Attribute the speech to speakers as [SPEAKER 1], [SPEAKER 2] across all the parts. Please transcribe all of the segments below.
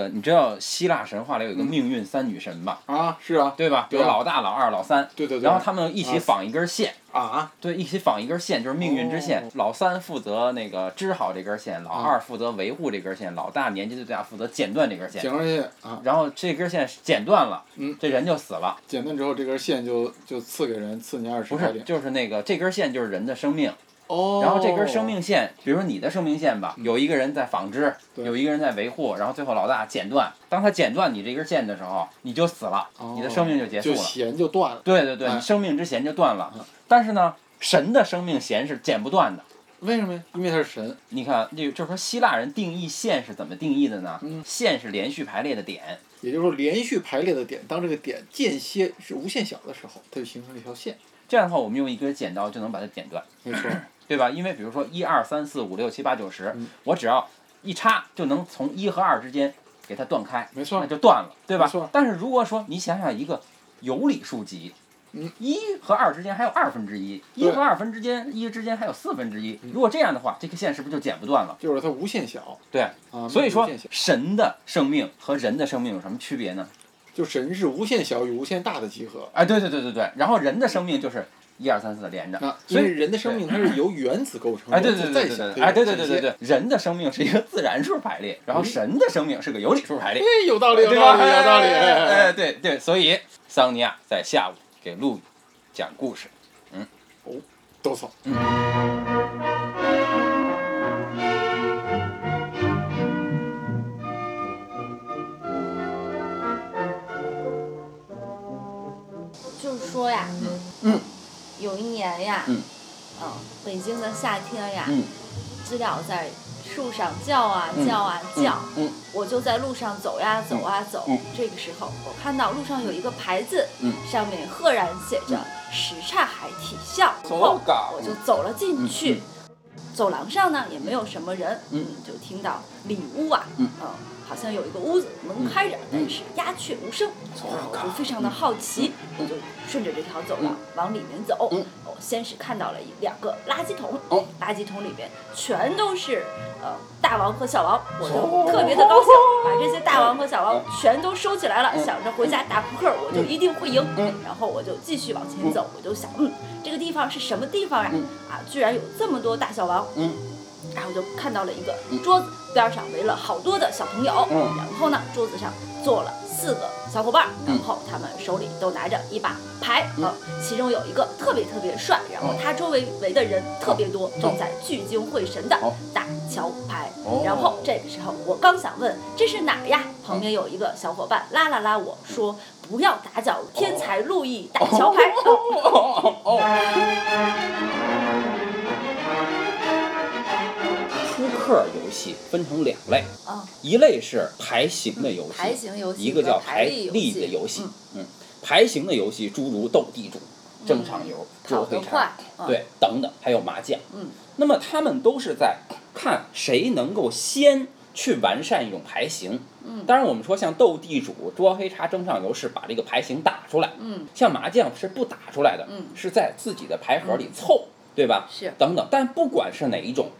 [SPEAKER 1] 个你知道希腊神话里有一个命运三女神吧？
[SPEAKER 2] 啊，是啊，
[SPEAKER 1] 对吧？有
[SPEAKER 2] 嗯对啊
[SPEAKER 1] 老大、老二、老三，
[SPEAKER 2] 对对对。
[SPEAKER 1] 然后他们一起绑一根线，
[SPEAKER 2] 啊，
[SPEAKER 1] 对，一起绑一根线，就是命运之线。
[SPEAKER 2] 哦啊
[SPEAKER 1] 老三负责那个织好这根线，老二负责维护这根线，老大年纪最大负责剪断这根线。
[SPEAKER 2] 剪根线啊，
[SPEAKER 1] 然后这根线剪断了，
[SPEAKER 2] 嗯
[SPEAKER 1] 这人就死了。
[SPEAKER 2] 剪断之后这根线就就刺给人，刺你二十
[SPEAKER 1] 不
[SPEAKER 2] 块
[SPEAKER 1] 是，
[SPEAKER 2] 点。
[SPEAKER 1] 就是那个这根线就是人的生命。
[SPEAKER 2] 哦
[SPEAKER 1] 然后这根生命线，比如说你的生命线吧，有一个人在纺织，
[SPEAKER 2] 嗯对
[SPEAKER 1] 有一个人在维护，然后最后老大剪断。当他剪断你这根线的时候，你就死了，
[SPEAKER 2] 哦
[SPEAKER 1] 你的生命就结束了。
[SPEAKER 2] 就弦就断了，
[SPEAKER 1] 对对对，
[SPEAKER 2] 哎
[SPEAKER 1] 你生命之弦就断了
[SPEAKER 2] 嗯。
[SPEAKER 1] 但是呢，神的生命弦是剪不断的。
[SPEAKER 2] 为什么呀？因为他是神。
[SPEAKER 1] 你看，这就是说希腊人定义线是怎么定义的呢？
[SPEAKER 2] 嗯
[SPEAKER 1] 线是连续排列的点，
[SPEAKER 2] 也就是说，连续排列的点，当这个点间歇是无限小的时候，它就形成了一条线。
[SPEAKER 1] 这样的话，我们用一根剪刀就能把它剪断，
[SPEAKER 2] 没错，
[SPEAKER 1] 对吧？因为比如说一二三四五六七八九十
[SPEAKER 2] 嗯，
[SPEAKER 1] 我只要一插就能从一和二之间给它断开，
[SPEAKER 2] 没 错
[SPEAKER 1] 那，就断了，对吧
[SPEAKER 2] 没错？
[SPEAKER 1] 但是如果说你想想一个有理数集
[SPEAKER 2] 嗯。
[SPEAKER 1] 一和二之间还有二分之一，一
[SPEAKER 2] 对
[SPEAKER 1] 和二分之间，一之间还有四分之一。
[SPEAKER 2] 嗯
[SPEAKER 1] 如果这样的话，这个线是不是就剪不断了？
[SPEAKER 2] 就是它无限小
[SPEAKER 1] 对，
[SPEAKER 2] 啊。
[SPEAKER 1] 所以
[SPEAKER 2] 无
[SPEAKER 1] 说
[SPEAKER 2] 限小
[SPEAKER 1] 神的生命和人的生命有什么区别呢？
[SPEAKER 2] 就神是无限小与无限大的集合。
[SPEAKER 1] 哎，对对对对对，然后人的生命就是一二三四连着，
[SPEAKER 2] 啊，
[SPEAKER 1] 所以
[SPEAKER 2] 因为人的生命它是由原子构成，
[SPEAKER 1] 哎，
[SPEAKER 2] 原
[SPEAKER 1] 对对
[SPEAKER 2] 子
[SPEAKER 1] 对
[SPEAKER 2] 再
[SPEAKER 1] 对
[SPEAKER 2] 小，
[SPEAKER 1] 对，哎，对对对对
[SPEAKER 2] 对，
[SPEAKER 1] 对，人的生命是一个自然数排列，然后
[SPEAKER 2] 嗯
[SPEAKER 1] 神的生命是个哎有理数排列，
[SPEAKER 2] 哎，有道理，有
[SPEAKER 1] 对
[SPEAKER 2] 道
[SPEAKER 1] 吧？
[SPEAKER 2] 理，有道理。
[SPEAKER 1] 哎哎，对对，所以桑尼亚在下午给路易讲故事。
[SPEAKER 2] 都错。
[SPEAKER 3] 就是说呀，
[SPEAKER 2] 嗯
[SPEAKER 3] 有一年呀，
[SPEAKER 1] 嗯
[SPEAKER 3] 嗯北京的夏天呀，
[SPEAKER 1] 嗯
[SPEAKER 3] 知了在树上叫啊
[SPEAKER 1] 嗯
[SPEAKER 3] 叫啊叫，
[SPEAKER 1] 嗯
[SPEAKER 3] 我就在路上走呀走啊走。
[SPEAKER 1] 嗯
[SPEAKER 3] 这个时候，我看到路上有一个牌子，
[SPEAKER 1] 嗯
[SPEAKER 3] 上面赫然写着
[SPEAKER 1] 嗯
[SPEAKER 3] “什刹海体校”，
[SPEAKER 1] 走
[SPEAKER 3] 后
[SPEAKER 1] 岗
[SPEAKER 3] 我就走了进去。
[SPEAKER 1] 嗯
[SPEAKER 3] 走廊上呢也没有什么人，
[SPEAKER 1] 嗯
[SPEAKER 3] 就听到里屋啊，
[SPEAKER 1] 嗯
[SPEAKER 3] 好像有一个屋子门开着，但是鸦雀无声。
[SPEAKER 1] 走
[SPEAKER 3] 啊我
[SPEAKER 1] 岗
[SPEAKER 3] 就非常的好奇，我就顺着这条走廊
[SPEAKER 1] 嗯
[SPEAKER 3] 往里面走。
[SPEAKER 1] 嗯
[SPEAKER 3] 我先是看到了一两个垃圾桶，
[SPEAKER 1] 哦
[SPEAKER 3] 垃圾桶里边全都是呃大王和小王，我
[SPEAKER 1] 哦
[SPEAKER 3] 就特别的高兴，把这些大王和小王
[SPEAKER 1] 嗯
[SPEAKER 3] 全都收起来了，
[SPEAKER 1] 嗯
[SPEAKER 3] 想着回家打扑克我就一定会赢。
[SPEAKER 1] 嗯
[SPEAKER 3] 然后我就继续往前走，我就想，嗯，这个地方是什么地方呀
[SPEAKER 1] 嗯？
[SPEAKER 3] 啊，居然有这么多大小王。
[SPEAKER 1] 嗯
[SPEAKER 3] 然后就看到了一个桌子，边上围了好多的小朋友。
[SPEAKER 1] 嗯
[SPEAKER 3] 然后呢，桌子上坐了四个小伙伴儿，
[SPEAKER 1] 嗯
[SPEAKER 3] 然后他们手里都拿着一把牌。
[SPEAKER 1] 嗯
[SPEAKER 3] 呃其中有一个特别特别帅，然后他周围围的人特别多，正在聚精会神的
[SPEAKER 1] 哦
[SPEAKER 3] 打桥牌。
[SPEAKER 1] 嗯哦
[SPEAKER 3] 然后这个时候，我刚想问这是哪儿呀？旁边有一个小伙伴拉了拉我说：“不要打搅天才路易打 桥牌。
[SPEAKER 1] 嗯
[SPEAKER 3] 啊
[SPEAKER 1] 哦哦哦，扑克游戏分成两类，
[SPEAKER 3] 啊，
[SPEAKER 1] 一类是牌型的游戏，
[SPEAKER 3] 牌型游戏
[SPEAKER 1] 一个叫
[SPEAKER 3] 和牌
[SPEAKER 1] 力的游戏
[SPEAKER 3] 戏，，
[SPEAKER 1] 嗯，牌型的游戏诸如斗地主、争场游、
[SPEAKER 3] 考
[SPEAKER 1] 捉
[SPEAKER 3] 嗯得
[SPEAKER 1] 黑
[SPEAKER 3] 快
[SPEAKER 1] 叉，，
[SPEAKER 3] 嗯，
[SPEAKER 1] 对，等等，还有麻将。
[SPEAKER 3] 嗯，
[SPEAKER 1] 那么他们都是在看谁能够先去完善一种牌型。
[SPEAKER 3] 嗯
[SPEAKER 1] 当然我们说像斗地主、捉黑茶、争上游是把这个牌型打出来，
[SPEAKER 3] 嗯
[SPEAKER 1] 像麻将是不打出来的，
[SPEAKER 3] 嗯
[SPEAKER 1] 是在自己的牌盒里凑，对吧？
[SPEAKER 3] 是
[SPEAKER 1] 等等。但不管是哪一种，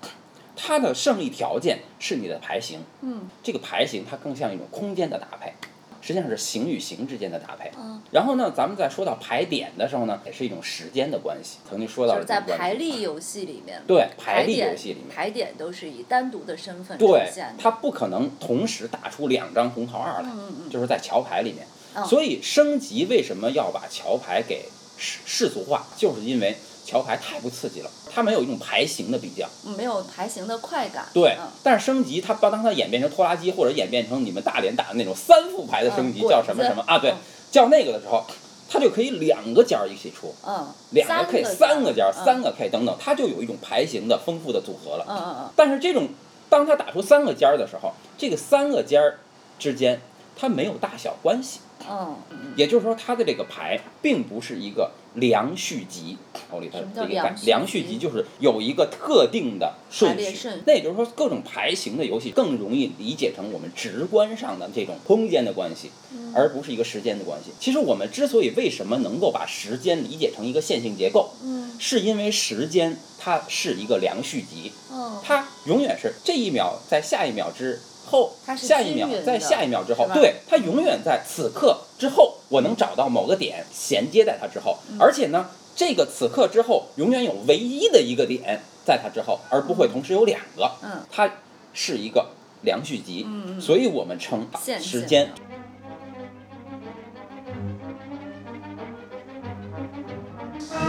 [SPEAKER 1] 它的胜利条件是你的牌型。
[SPEAKER 3] 嗯
[SPEAKER 1] 这个牌型它更像一种空间的搭配，实际上是形与形之间的搭配。
[SPEAKER 3] 嗯，
[SPEAKER 1] 然后呢，咱们在说到牌点的时候呢，也是一种时间的关系。曾经说到
[SPEAKER 3] 就
[SPEAKER 1] 了
[SPEAKER 3] 是在
[SPEAKER 1] 这个关系
[SPEAKER 3] 排力游戏里面，
[SPEAKER 1] 对
[SPEAKER 3] 牌
[SPEAKER 1] 排列
[SPEAKER 3] 点
[SPEAKER 1] 游戏里面，
[SPEAKER 3] 牌点都是以单独的身份呈
[SPEAKER 1] 对
[SPEAKER 3] 现，的。
[SPEAKER 1] 它不可能同时打出两张红桃二来，
[SPEAKER 3] 嗯嗯
[SPEAKER 1] 就是在桥牌里面。
[SPEAKER 3] 嗯
[SPEAKER 1] 所以升级为什么要把桥牌给世世俗化，就是因为桥牌太不刺激了，它没有一种牌型的比较。
[SPEAKER 3] 嗯，没有牌型的快感。
[SPEAKER 1] 对，
[SPEAKER 3] 嗯
[SPEAKER 1] 但是升级它当它演变成拖拉机或者演变成你们大连打的那种三副牌的升级，
[SPEAKER 3] 嗯
[SPEAKER 1] 叫什么
[SPEAKER 3] 滚子
[SPEAKER 1] 什么啊？对
[SPEAKER 3] 嗯，
[SPEAKER 1] 叫那个的时候，它就可以两个尖儿一起出，
[SPEAKER 3] 嗯，
[SPEAKER 1] 两个 K、三个尖儿、
[SPEAKER 3] 嗯
[SPEAKER 1] 三个 K 等等，它就有一种牌型的丰富的组合了。
[SPEAKER 3] 嗯嗯
[SPEAKER 1] 但是这种当它打出三个尖儿的时候，这个三个尖儿之间它没有大小关系，
[SPEAKER 3] 嗯嗯
[SPEAKER 1] 也就是说它的这个牌并不是一个良序集。哦，里头
[SPEAKER 3] 什么
[SPEAKER 1] 这
[SPEAKER 3] 叫
[SPEAKER 1] 个概
[SPEAKER 3] 良序集
[SPEAKER 1] 良序集就是有一个特定的顺
[SPEAKER 3] 排列
[SPEAKER 1] 序，
[SPEAKER 3] 顺
[SPEAKER 1] 那也就是说各种牌型的游戏更容易理解成我们直观上的这种空间的关系，
[SPEAKER 3] 嗯，
[SPEAKER 1] 而不是一个时间的关系。其实我们之所以为什么能够把时间理解成一个线性结构，
[SPEAKER 3] 嗯
[SPEAKER 1] 是因为时间它是一个良序集，
[SPEAKER 3] 嗯
[SPEAKER 1] 它永远是这一秒在下一秒之后
[SPEAKER 3] 它，是
[SPEAKER 1] 下一秒
[SPEAKER 3] 均匀的
[SPEAKER 1] 在下一秒之后
[SPEAKER 3] 是，吧
[SPEAKER 1] 对，它永远在此刻之后，我能找到某个点衔接在它之后，
[SPEAKER 3] 嗯
[SPEAKER 1] 而且呢，这个此刻之后永远有唯一的一个点在它之后，而不会同时有两个，
[SPEAKER 3] 嗯
[SPEAKER 1] 它是一个良序集，
[SPEAKER 3] 嗯嗯，
[SPEAKER 1] 所以我们称
[SPEAKER 3] 线
[SPEAKER 1] 时
[SPEAKER 3] 性
[SPEAKER 1] 间
[SPEAKER 3] 的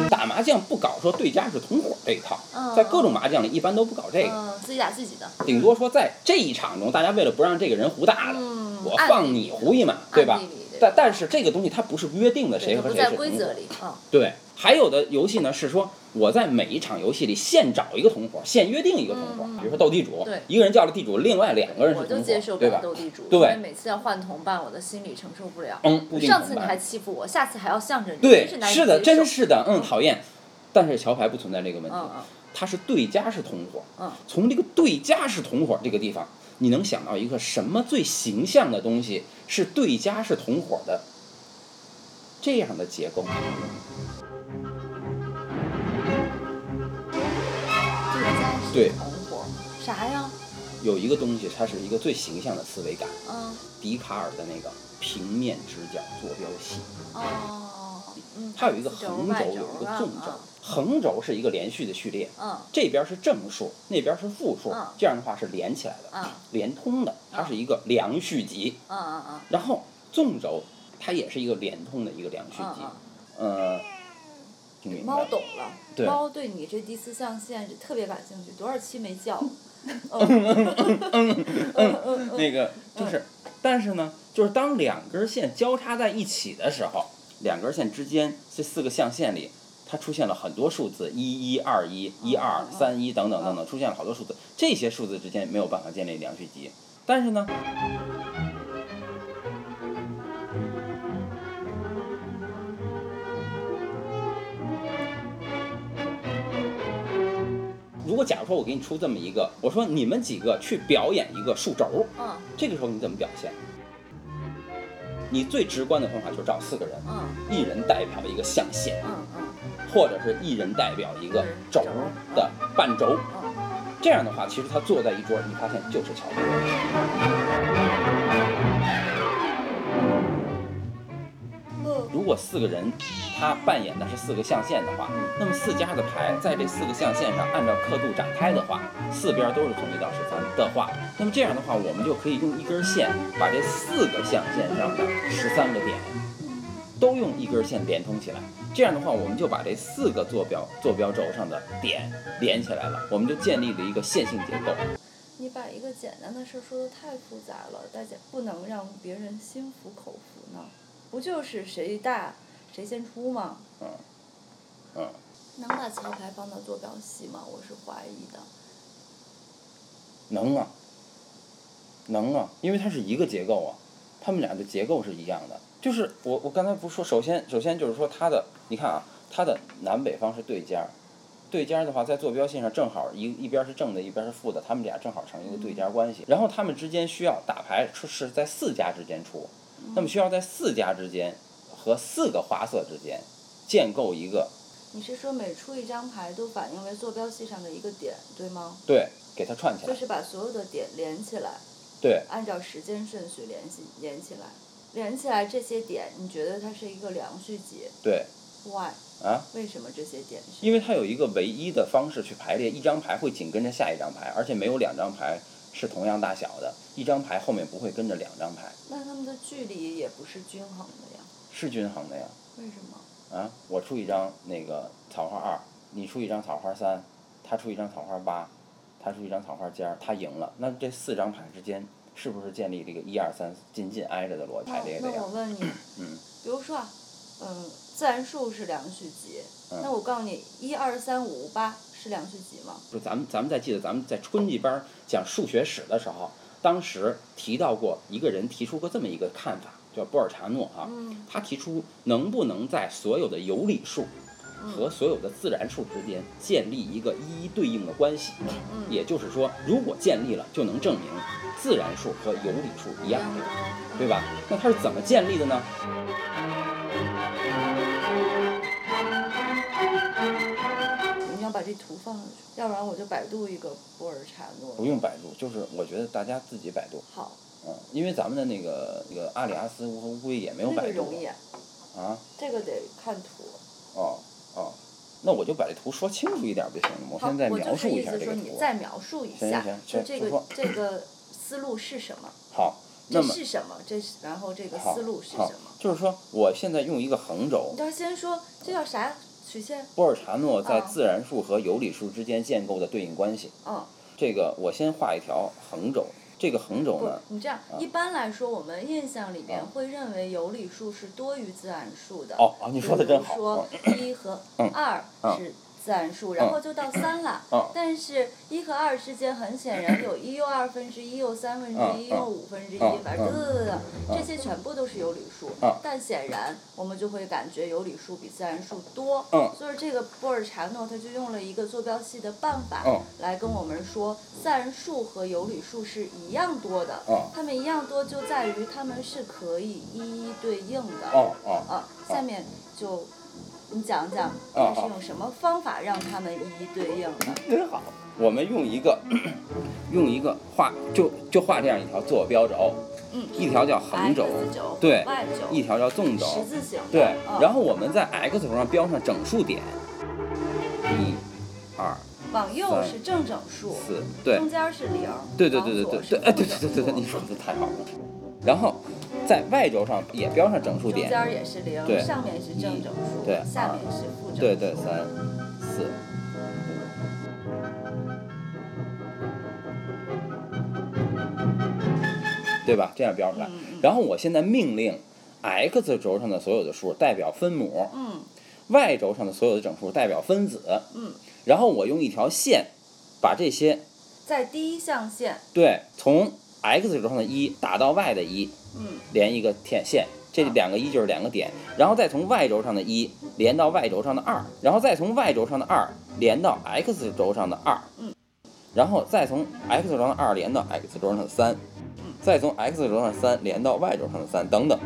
[SPEAKER 1] 打麻将不搞说对家是同伙这一套，
[SPEAKER 3] 嗯
[SPEAKER 1] 在各种麻将里一般都不搞这个，
[SPEAKER 3] 嗯自己打自己的，
[SPEAKER 1] 顶多说在这一场中，大家为了不让这个人胡大了，
[SPEAKER 3] 嗯，
[SPEAKER 1] 我
[SPEAKER 3] 按
[SPEAKER 1] 放你胡一马，对吧
[SPEAKER 3] 按？比例的
[SPEAKER 1] 但但是这个东西它不是约定的谁
[SPEAKER 3] 对
[SPEAKER 1] 和
[SPEAKER 3] 不
[SPEAKER 1] 谁
[SPEAKER 3] 在
[SPEAKER 1] 是
[SPEAKER 3] 规
[SPEAKER 1] 同
[SPEAKER 3] 则
[SPEAKER 1] 伙，
[SPEAKER 3] 里，嗯
[SPEAKER 1] 对。还有的游戏呢是说我在每一场游戏里现找一个同伙，现约定一个同伙
[SPEAKER 3] 嗯嗯，
[SPEAKER 1] 比如说斗地主
[SPEAKER 3] 对，
[SPEAKER 1] 一个人叫了地主，另外两个人
[SPEAKER 3] 我
[SPEAKER 1] 是
[SPEAKER 3] 就
[SPEAKER 1] 同
[SPEAKER 3] 接受
[SPEAKER 1] 伙，
[SPEAKER 3] 不了
[SPEAKER 1] 对吧？
[SPEAKER 3] 斗地主，
[SPEAKER 1] 对
[SPEAKER 3] 因为每次要换同伴，我的心理承受不了。
[SPEAKER 1] 嗯，固定
[SPEAKER 3] 上次
[SPEAKER 1] 同
[SPEAKER 3] 你还
[SPEAKER 1] 伴，
[SPEAKER 3] 欺负我，下次还要向着你，
[SPEAKER 1] 对
[SPEAKER 3] 真是，难以
[SPEAKER 1] 是的，
[SPEAKER 3] 接受
[SPEAKER 1] 真是的，嗯，讨厌。但是桥牌不存在这个问题，
[SPEAKER 3] 嗯嗯
[SPEAKER 1] 它是对家是同伙，
[SPEAKER 3] 嗯，
[SPEAKER 1] 从这个对家是同伙这个地方，你能想到一个什么最形象的东西是对家是同伙的这样的结构？
[SPEAKER 3] 嗯这个家是
[SPEAKER 1] 对
[SPEAKER 3] 同伙，啥呀？
[SPEAKER 1] 有一个东西，它是一个最形象的思维感，
[SPEAKER 3] 嗯
[SPEAKER 1] 笛卡尔的那个平面直角坐标系，
[SPEAKER 3] 哦嗯，
[SPEAKER 1] 它有一个横轴，
[SPEAKER 3] 外
[SPEAKER 1] 有
[SPEAKER 3] 轴
[SPEAKER 1] 一个
[SPEAKER 3] 啊
[SPEAKER 1] 纵轴，横轴是一个连续的序列，
[SPEAKER 3] 嗯
[SPEAKER 1] 这边是正数，那边是负数
[SPEAKER 3] 嗯，
[SPEAKER 1] 这样的话是连起来的，
[SPEAKER 3] 嗯
[SPEAKER 1] 连通的，它是一个良序集。
[SPEAKER 3] 嗯嗯
[SPEAKER 1] 然后纵轴它也是一个连通的一个良序
[SPEAKER 3] 嗯嗯
[SPEAKER 1] 集。
[SPEAKER 3] 嗯。
[SPEAKER 1] 呃，挺明
[SPEAKER 3] 猫
[SPEAKER 1] 白。
[SPEAKER 3] 懂了，
[SPEAKER 1] 对
[SPEAKER 3] 猫对你这第四象限特别感兴趣，多少期没 叫？嗯
[SPEAKER 1] 嗯那个就是，但是呢，就是当两根线交叉在一起的时候，两根线之间这四个象限里，它出现了很多数字，一一二一、一二
[SPEAKER 3] 嗯嗯
[SPEAKER 1] 三一等等等等，出现了好多数字。这些数字之间没有办法建立良序集，但是呢，如果假如说我给你出这么一个，我说你们几个去表演一个数轴，
[SPEAKER 3] 嗯
[SPEAKER 1] 这个时候你怎么表现？你最直观的方法就是找四个人，
[SPEAKER 3] 嗯
[SPEAKER 1] 一人代表一个象限，
[SPEAKER 3] 嗯嗯
[SPEAKER 1] 或者是一人代表一个轴的半轴。
[SPEAKER 3] 嗯，
[SPEAKER 1] 这样的话，其实他坐在一桌，你发现就是桥牌。
[SPEAKER 3] 嗯
[SPEAKER 1] 如果四个人他扮演的是四个象限的话，那么四家的牌在这四个象限上按照刻度展开的话，四边都是从一到十三的话，那么这样的话，我们就可以用一根线把这四个象限上的十三个点都用一根线连通起来。这样的话，我们就把这四个坐标坐标轴上的点连起来了，我们就建立了一个线性结构。
[SPEAKER 3] 你把一个简单的事儿说的太复杂了，大家不能让别人心服口服呢。不就是谁大谁先出吗？
[SPEAKER 1] 嗯，嗯，
[SPEAKER 3] 能把桥牌放到坐标系吗？我是怀疑的。
[SPEAKER 1] 能啊，能啊，因为它是一个结构啊，它们俩的结构是一样的。就是我我刚才不是说，首先首先就是说它的，你看啊，它的南北方是对尖儿，对尖儿的话在坐标线上正好一一边是正的，一边是负的，它们俩正好成一个对尖儿关系。然后它们之间需要打牌出是在四家之间出，
[SPEAKER 3] 嗯
[SPEAKER 1] 那么需要在四家之间和四个花色之间建构一个
[SPEAKER 3] 你是说每出一张牌都反映为坐标系上的一个点，对吗？
[SPEAKER 1] 对，给它串起
[SPEAKER 3] 就
[SPEAKER 1] 来，
[SPEAKER 3] 是把所有的点连起来，
[SPEAKER 1] 对。
[SPEAKER 3] 按照时间顺序联系连起来，连起来这些点，你觉得它是一个良序集
[SPEAKER 1] 对
[SPEAKER 3] ？Why？
[SPEAKER 1] 啊，
[SPEAKER 3] 为什么这些点是？
[SPEAKER 1] 因为它有一个唯一的方式去排列，一张牌会紧跟着下一张牌，而且没有两张牌是同样大小的，一张牌后面不会跟着两张牌，
[SPEAKER 3] 那它们的距离也不是均衡的呀？
[SPEAKER 1] 是均衡的呀。
[SPEAKER 3] 为什么？
[SPEAKER 1] 啊，我出一张那个草花二，你出一张草花三，他出一张草花八，他出一张草花尖儿，他赢了，那这四张牌之间是不是建立这个一二三紧紧挨着的逻辑排列
[SPEAKER 3] 哦那
[SPEAKER 1] 的
[SPEAKER 3] 那
[SPEAKER 1] 呀
[SPEAKER 3] 我？问你，
[SPEAKER 1] 嗯
[SPEAKER 3] 比如说啊，嗯，自然数是良序集，
[SPEAKER 1] 嗯
[SPEAKER 3] 那我告诉你，一二三五八是良序集吗？
[SPEAKER 1] 就咱们咱们再记得咱们在春季班儿讲数学史的时候，当时提到过一个人提出过这么一个看法，叫波尔查诺啊，
[SPEAKER 3] 嗯
[SPEAKER 1] 他提出能不能在所有的有理数和
[SPEAKER 3] 嗯
[SPEAKER 1] 所有的自然数之间建立一个一一对应的关系，
[SPEAKER 3] 嗯，
[SPEAKER 1] 也就是说，如果建立了，就能证明自然数和有理数一
[SPEAKER 3] 一
[SPEAKER 1] 样
[SPEAKER 3] 样
[SPEAKER 1] 对
[SPEAKER 3] 的
[SPEAKER 1] 吧，对吧？那它是怎么建立的呢？
[SPEAKER 3] 你像把这图放上去，要不然我就百度一个波尔查诺。
[SPEAKER 1] 不用百度，就是我觉得大家自己百度，
[SPEAKER 3] 好，
[SPEAKER 1] 嗯，因为咱们的那个那个阿里阿斯乌和乌龟也没有
[SPEAKER 3] 这
[SPEAKER 1] 百
[SPEAKER 3] 个
[SPEAKER 1] 度
[SPEAKER 3] 容易，
[SPEAKER 1] 啊，
[SPEAKER 3] 这个得看图。
[SPEAKER 1] 哦哦，那我就把这图说清楚一点不行吗？我
[SPEAKER 3] 好，
[SPEAKER 1] 现在
[SPEAKER 3] 我
[SPEAKER 1] 描
[SPEAKER 3] 就是
[SPEAKER 1] 述一
[SPEAKER 3] 意
[SPEAKER 1] 下
[SPEAKER 3] 思
[SPEAKER 1] 这个
[SPEAKER 3] 说你
[SPEAKER 1] 图，啊
[SPEAKER 3] 再描述一
[SPEAKER 1] 行
[SPEAKER 3] 下
[SPEAKER 1] 行，
[SPEAKER 3] 就
[SPEAKER 1] 行
[SPEAKER 3] 这
[SPEAKER 1] 不
[SPEAKER 3] 个
[SPEAKER 1] 错
[SPEAKER 3] 这个思路是什 么？
[SPEAKER 1] 好，那
[SPEAKER 3] 这
[SPEAKER 1] 么
[SPEAKER 3] 是什么？这是然后这个
[SPEAKER 1] 好
[SPEAKER 3] 思路是什
[SPEAKER 1] 好
[SPEAKER 3] 么？
[SPEAKER 1] 就是说我现在用一个横轴
[SPEAKER 3] 你，倒是先说这叫啥曲线？
[SPEAKER 1] 波尔查诺在
[SPEAKER 3] 嗯
[SPEAKER 1] 自然数和有理数之间建构的对应关系。
[SPEAKER 3] 嗯，
[SPEAKER 1] 这个我先画一条横轴，这个横轴
[SPEAKER 3] 不
[SPEAKER 1] 呢，，
[SPEAKER 3] 你这样
[SPEAKER 1] 啊
[SPEAKER 3] 一般来说，我们印象里边
[SPEAKER 1] 啊
[SPEAKER 3] 会认为有理数是多于自然数的。
[SPEAKER 1] 哦哦，你说的真好，
[SPEAKER 3] 比如说一和二
[SPEAKER 1] 嗯
[SPEAKER 3] 是自然数，然后就到三了。
[SPEAKER 1] 嗯
[SPEAKER 3] 但是，一和二之间很显然有一又二分之一，又三分之一，
[SPEAKER 1] 嗯嗯
[SPEAKER 3] 又五分之一，
[SPEAKER 1] 嗯
[SPEAKER 3] 反正
[SPEAKER 1] 嗯
[SPEAKER 3] 呃这些全部都是有理数
[SPEAKER 1] 嗯。
[SPEAKER 3] 但显然我们就会感觉有理数比自然数多。
[SPEAKER 1] 嗯
[SPEAKER 3] 所以这个波尔查诺他就用了一个坐标系的办法
[SPEAKER 1] 嗯
[SPEAKER 3] 来跟我们说，自然数和有理数是一样多的
[SPEAKER 1] 嗯。
[SPEAKER 3] 它们一样多就在于它们是可以一一对应的。
[SPEAKER 1] 哦哦，
[SPEAKER 3] 啊，下面就你讲讲
[SPEAKER 1] 啊
[SPEAKER 3] 它是用什么方法让他们一一对应的？
[SPEAKER 1] 真好。我们用一个用一个画，就就画这样一条坐标轴，
[SPEAKER 3] 嗯哎
[SPEAKER 1] 一条叫横轴，
[SPEAKER 3] x 轴，
[SPEAKER 1] 对
[SPEAKER 3] ，y 轴，
[SPEAKER 1] 一条叫纵轴，
[SPEAKER 3] 十字形的，
[SPEAKER 1] 对，
[SPEAKER 3] 嗯
[SPEAKER 1] 然后我们在 x 轴上标上整数点，一、二、
[SPEAKER 3] 往右
[SPEAKER 1] 三
[SPEAKER 3] 是正整数，
[SPEAKER 1] 四，对，
[SPEAKER 3] 中间是零，
[SPEAKER 1] 对对对对对对，哎，对对对对对，你说的太好了。然后在 y 轴上也标上整数
[SPEAKER 3] 中
[SPEAKER 1] 点，
[SPEAKER 3] 间也是零，
[SPEAKER 1] 对
[SPEAKER 3] 上面是正整数，
[SPEAKER 1] 对
[SPEAKER 3] 下面是负整数，
[SPEAKER 1] 对对，三、四、五，对吧？这样标出来。
[SPEAKER 3] 嗯嗯
[SPEAKER 1] 然后我现在命令 x 轴上的所有的数代表分母
[SPEAKER 3] 嗯
[SPEAKER 1] ，y 轴上的所有的整数代表分子，
[SPEAKER 3] 嗯，
[SPEAKER 1] 然后我用一条线把这些
[SPEAKER 3] 在第一象限，
[SPEAKER 1] 对从 x 轴上的一打到 y 的一，
[SPEAKER 3] 嗯啊
[SPEAKER 1] 连一个天线，这两个一就是两个点，然后再从 y 轴上的一连到 y 轴上的二，然后再从 y 轴上的二连到 x 轴上的二，
[SPEAKER 3] 嗯，
[SPEAKER 1] 然后再从 x 轴上的二连到 x 轴上的三，
[SPEAKER 3] 嗯
[SPEAKER 1] 再从 x 轴上的三连到 y 轴上的三，等等，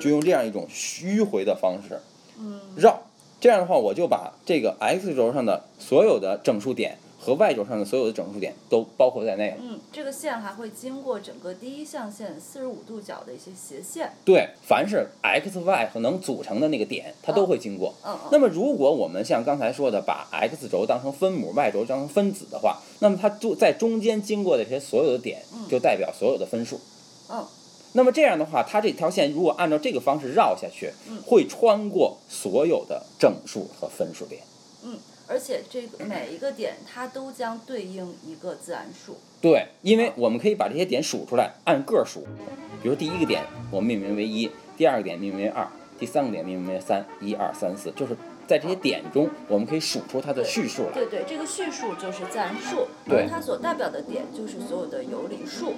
[SPEAKER 1] 就用这样一种迂回的方式
[SPEAKER 3] 嗯
[SPEAKER 1] 绕，这样的话我就把这个 x 轴上的所有的整数点和 y 轴上的所有的整数点都包括在内了。
[SPEAKER 3] 嗯，这个线还会经过整个第一象限四十五度角的一些斜线，
[SPEAKER 1] 对，凡是 x、y 和能组成的那个点，它都会经过。
[SPEAKER 3] 嗯嗯
[SPEAKER 1] 那么，如果我们像刚才说的，把 x 轴当成分母，y 轴当成分子的话，那么它就在中间经过的这些所有的点，就代表所有的分数。
[SPEAKER 3] 嗯
[SPEAKER 1] 那么这样的话，它这条线如果按照这个方式绕下去
[SPEAKER 3] 嗯，
[SPEAKER 1] 会穿过所有的整数和分数点。
[SPEAKER 3] 嗯，而且这个每一个点它都将对应一个自然数。
[SPEAKER 1] 对，因
[SPEAKER 3] 嗯
[SPEAKER 1] 为我们可以把这些点数出来，按个数。比如第一个点，我们命名为一；第二个点命名为二；第三个点命名为三，一二三四，就是在这些点中，我们可以数出它的序数来。
[SPEAKER 3] 对对，这个序数就是自然数，
[SPEAKER 1] 对
[SPEAKER 3] 它所代表的点就是所有的有理数。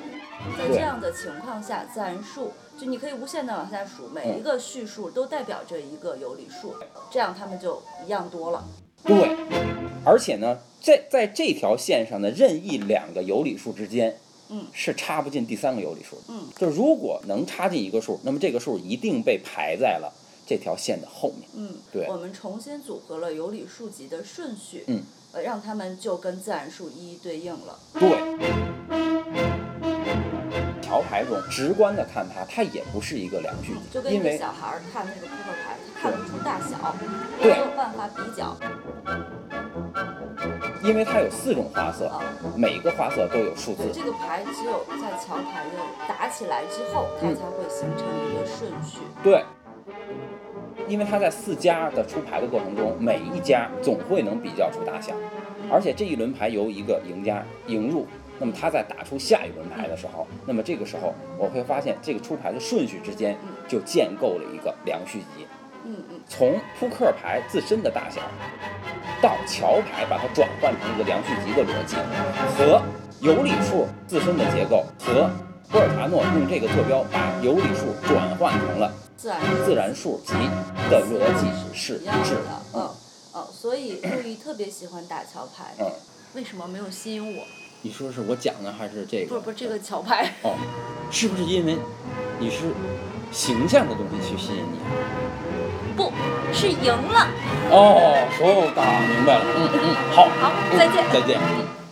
[SPEAKER 3] 在这
[SPEAKER 1] 对
[SPEAKER 3] 样的情况下，自然数就你可以无限的往下数，每一个序数都代表着一个有理数，这样它们就一样多了。
[SPEAKER 1] 对，而且呢，在在这条线上的任意两个有理数之间，
[SPEAKER 3] 嗯，
[SPEAKER 1] 是插不进第三个有理数的。
[SPEAKER 3] 嗯，
[SPEAKER 1] 就是如果能插进一个数，那么这个数一定被排在了这条线的后面。
[SPEAKER 3] 嗯，
[SPEAKER 1] 对
[SPEAKER 3] 我们重新组合了有理数集的顺序，
[SPEAKER 1] 嗯，
[SPEAKER 3] 呃，让它们就跟自然数一一对应了。
[SPEAKER 1] 对，桥牌中直观的看它，它也不是一个量距
[SPEAKER 3] 就
[SPEAKER 1] 集，
[SPEAKER 3] 跟一
[SPEAKER 1] 因
[SPEAKER 3] 个
[SPEAKER 1] 为
[SPEAKER 3] 小孩儿看那个扑克牌，他看不出大小，
[SPEAKER 1] 对
[SPEAKER 3] 没有办法比较
[SPEAKER 1] 因为它有四种花色，
[SPEAKER 3] 啊。
[SPEAKER 1] 每个花色都有数字
[SPEAKER 3] 对，。这个牌只有在桥牌的打起来之后，它
[SPEAKER 1] 嗯
[SPEAKER 3] 才会形成一个顺序。
[SPEAKER 1] 对，因为它在四家的出牌的过程中，每一家总会能比较出大小，而且这一轮牌由一个赢家赢入。那么他在打出下一轮牌的时候，那么这个时候我会发现这个出牌的顺序之间
[SPEAKER 3] 嗯
[SPEAKER 1] 就建构了一个量序集，
[SPEAKER 3] 嗯嗯，
[SPEAKER 1] 从扑克牌自身的大小，到桥牌把它转换成一个量序集的逻辑，和有理数自身的结构和波尔查诺用这个坐标把有理数转换成了
[SPEAKER 3] 自然
[SPEAKER 1] 自然数集的逻辑是
[SPEAKER 3] 一
[SPEAKER 1] 一
[SPEAKER 3] 样
[SPEAKER 1] 致
[SPEAKER 3] 的。嗯嗯，所以陆毅特别喜欢打桥牌。
[SPEAKER 1] 嗯，
[SPEAKER 3] 为什么没有吸引我？
[SPEAKER 1] 你说是我讲的还是这
[SPEAKER 3] 不是不是这个桥牌，
[SPEAKER 1] 哦，是不是因为你是形象的东西去吸引你。
[SPEAKER 3] 不是赢了。
[SPEAKER 1] 哦，哦，打明白了，嗯嗯，好，
[SPEAKER 3] 好，再见。
[SPEAKER 1] 再见。
[SPEAKER 3] 嗯